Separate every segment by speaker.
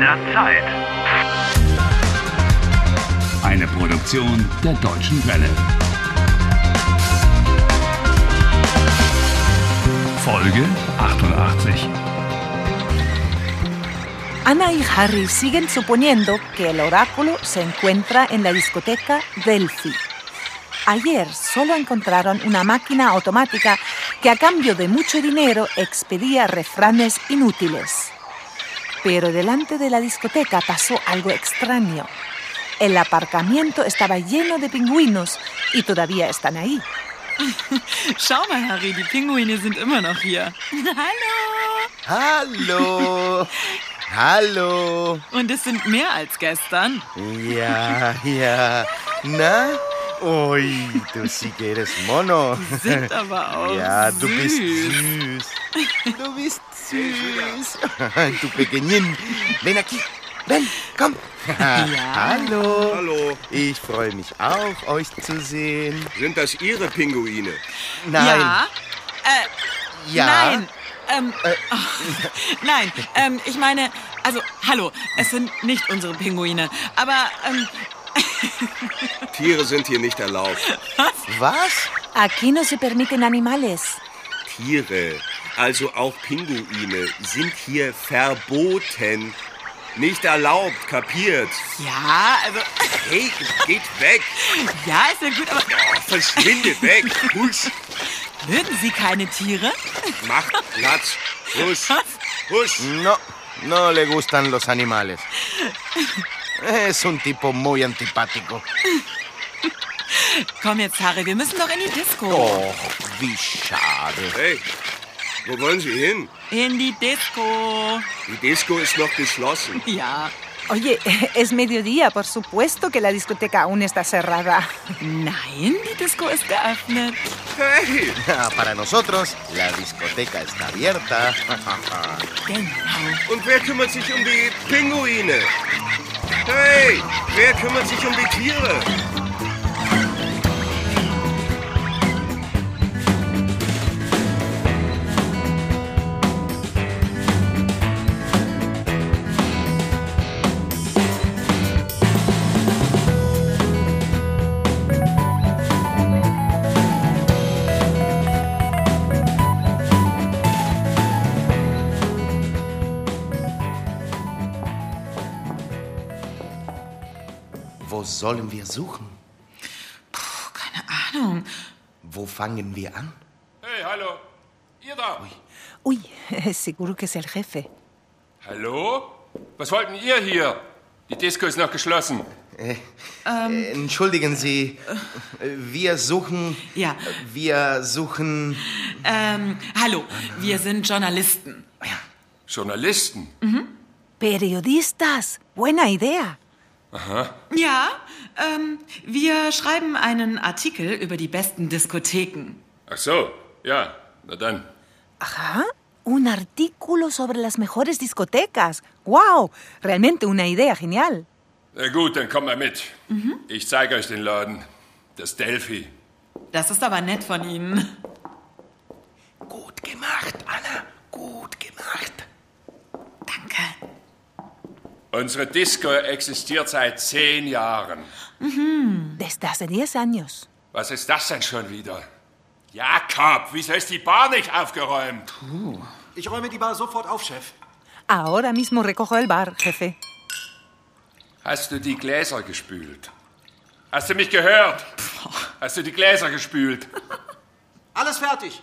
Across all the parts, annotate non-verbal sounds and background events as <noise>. Speaker 1: der Zeit.
Speaker 2: Eine Produktion der Deutschen Welle. Folge 88.
Speaker 3: Ana y Harry siguen suponiendo que el oráculo se encuentra en la discoteca Delphi. Ayer solo encontraron una máquina automática que a cambio de mucho dinero expedía refranes inútiles. Pero delante de la discoteca pasó algo extraño. El aparcamiento estaba lleno de pingüinos y todavía están ahí.
Speaker 4: <laughs> Schau mal, Harry, die Pinguine sind immer noch
Speaker 3: <laughs>
Speaker 4: hier. Hallo!
Speaker 5: Hallo. Hallo.
Speaker 4: Und es sind mehr als gestern.
Speaker 5: Ja, ja. Na? Ui, du sie eres mono. <laughs>
Speaker 4: Sind aber auch
Speaker 5: Ja,
Speaker 4: süß.
Speaker 5: du bist süß. Du bist süß. Du Pequeñin. Ven aquí. Ven, komm. Hallo.
Speaker 6: Hallo,
Speaker 5: Ich freue mich auch, euch zu sehen.
Speaker 6: sind das Ihre Pinguine?
Speaker 5: Nein.
Speaker 4: Ja. Äh,
Speaker 5: Ja. Äh.
Speaker 4: Nein. Ähm, <laughs> nein, ähm, ich meine, also, hallo, es sind nicht unsere Pinguine. Aber, ähm,
Speaker 6: Tiere sind hier nicht erlaubt.
Speaker 5: Was?
Speaker 3: Ah, Aquí no se permiten animales.
Speaker 6: Tiere, also auch Pinguine, sind hier verboten. Nicht erlaubt, kapiert?
Speaker 4: ja, also, <laughs>
Speaker 6: Hey, geht weg!
Speaker 4: ja, ist ja gut, aber
Speaker 6: Oh, verschwindet weg! Husch!
Speaker 4: würden Sie keine Tiere?
Speaker 6: Macht Platz! Husch! Husch!
Speaker 5: No, no le gustan los animales. Es un tipo muy antipático.
Speaker 4: Komm jetzt, Harry, wir müssen doch in die Disco.
Speaker 5: Oh, wie schade.
Speaker 6: Hey, wo wollen Sie hin?
Speaker 4: In die Disco.
Speaker 6: Die Disco ist noch geschlossen.
Speaker 4: Ja.
Speaker 3: Oye, <laughs> es mediodía, por supuesto que la discoteca aún está cerrada.
Speaker 4: Nein, die Disco ist geöffnet.
Speaker 6: Hey!
Speaker 5: Ah, <laughs> Para nosotros, la discoteca está abierta. <laughs>
Speaker 4: Genau.
Speaker 6: Und wer kümmert sich um die Pinguine? Hey, wer kümmert sich um die Tiere?
Speaker 5: Wo sollen wir suchen?
Speaker 4: Keine Ahnung.
Speaker 5: Wo fangen wir an?
Speaker 7: Hey, hallo. Ihr da.
Speaker 3: Uy, <laughs> seguro que es el jefe.
Speaker 7: Hallo? Was wollten ihr hier? Die Disco ist noch geschlossen.
Speaker 4: Ähm.
Speaker 5: Äh, Entschuldigen Sie, Äh, wir suchen.
Speaker 4: Ja.
Speaker 5: Wir suchen.
Speaker 4: Ähm, hallo, wir sind Journalisten.
Speaker 7: Journalisten.
Speaker 3: Periodistas, buena idea.
Speaker 4: Ja, ähm, wir schreiben einen Artikel über die besten Diskotheken.
Speaker 7: Ach so, ja. Na dann.
Speaker 3: Ajá, un artículo sobre las mejores discotecas. ¡Wow! Realmente una idea genial.
Speaker 7: Na gut, dann kommt mal mit.
Speaker 3: Mhm.
Speaker 7: Ich zeige euch den Laden. Das Delphi.
Speaker 4: Das ist aber nett von Ihnen.
Speaker 5: Gut gemacht, Anna. Gut gemacht.
Speaker 4: Danke.
Speaker 7: Unsere Disco existiert seit zehn Jahren.
Speaker 3: Desde hace 10 años.
Speaker 7: Was ist das denn schon wieder? Jakob, wieso ist die Bar nicht aufgeräumt?
Speaker 8: Ich räume die Bar sofort auf, Chef.
Speaker 3: Ahora mismo recojo el bar, jefe.
Speaker 7: Hast du die Gläser gespült? Hast du mich gehört? Hast du die Gläser gespült?
Speaker 8: Alles fertig.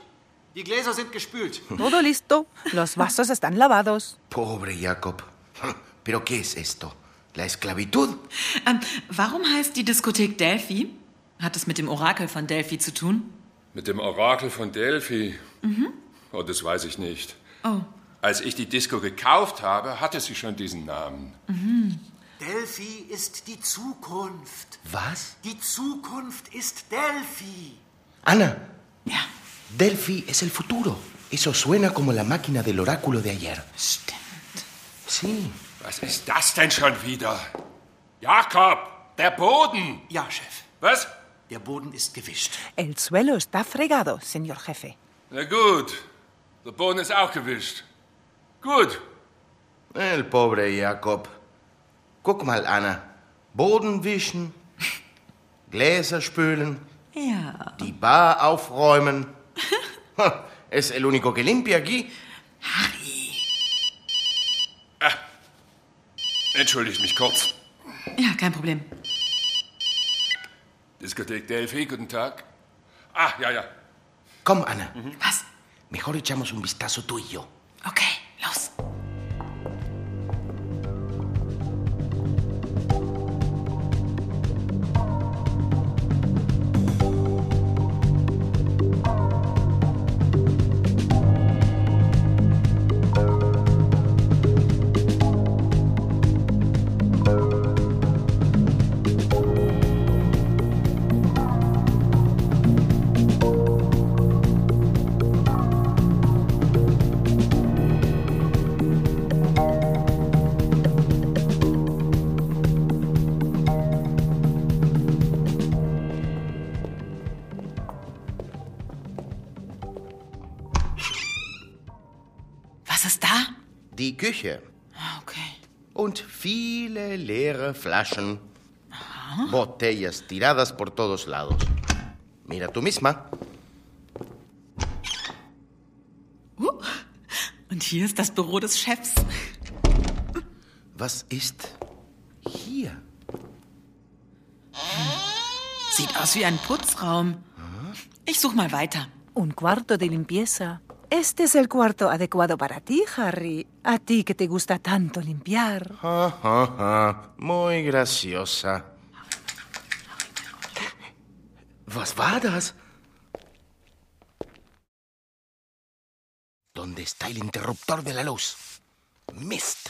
Speaker 8: Die Gläser sind gespült.
Speaker 3: Todo listo. Los vasos están lavados.
Speaker 5: Pobre Jacob. ¿Pero qué es esto? ¿La esclavitud?
Speaker 4: Ähm, warum heißt die Diskothek Delphi? Hat es mit dem Orakel von Delphi zu tun?
Speaker 7: Mit dem Orakel von Delphi? Oh, das weiß ich nicht. Als ich die Disco gekauft habe, hatte sie schon diesen Namen.
Speaker 8: Delphi ist die Zukunft.
Speaker 5: ¿Vas?
Speaker 8: Die Zukunft ist Delphi.
Speaker 5: Ana,
Speaker 4: Ja,
Speaker 5: Delphi es el futuro. Eso suena como la máquina del oráculo de ayer.
Speaker 4: stimmt.
Speaker 5: Sí.
Speaker 7: Was ist das denn schon wieder? Jakob, der Boden!
Speaker 8: Ja, Chef.
Speaker 7: Was?
Speaker 8: Der Boden ist gewischt.
Speaker 3: El suelo está fregado, señor jefe.
Speaker 7: Na gut, der Boden ist auch gewischt. Gut,
Speaker 5: El pobre Jakob. Guck mal, Anna. Boden wischen, Gläser spülen,
Speaker 4: Ja.
Speaker 5: die Bar aufräumen. Ha, Es el único que limpia aquí.
Speaker 7: Entschuldigt mich kurz.
Speaker 4: Ja, kein Problem.
Speaker 7: Diskothek Delphi, guten Tag. Ah, ja, ja.
Speaker 5: Komm, Anna.
Speaker 4: Was?
Speaker 5: Mejor echamos un vistazo tú y yo.
Speaker 4: Okay, los. Was ist da?
Speaker 5: Die Küche.
Speaker 4: Ah, Okay.
Speaker 5: Und viele leere Flaschen. Botellas tiradas por todos lados. Mira tú misma.
Speaker 4: Uh, und hier ist das Büro des Chefs.
Speaker 5: Was ist hier?
Speaker 4: Sieht aus wie ein Putzraum. Ich such mal weiter.
Speaker 3: Un cuarto de limpieza. Este es el cuarto adecuado para ti, Harry. A ti que te gusta tanto limpiar.
Speaker 5: Aha, muy graciosa. Was war das? ¿Dónde está el interruptor de la luz? Mist.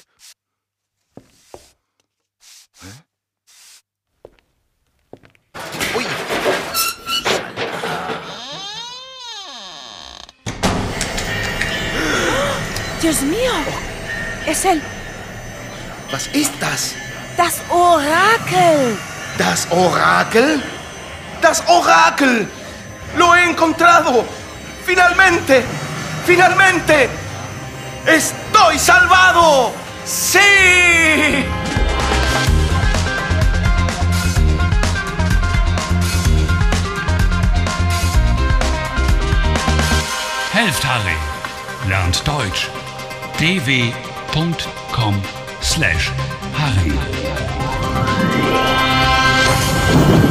Speaker 5: ¿Eh? Uy.
Speaker 3: ¡Dios mío! ¡Es el
Speaker 5: Was ist das?
Speaker 3: Das Orakel!
Speaker 5: ¿Das Orakel? ¡Das Orakel! ¡Lo he encontrado! ¡Finalmente! ¡Finalmente! ¡Estoy salvado! ¡Sí!
Speaker 2: Helft Harry. Lernt Deutsch. dw.com/harry.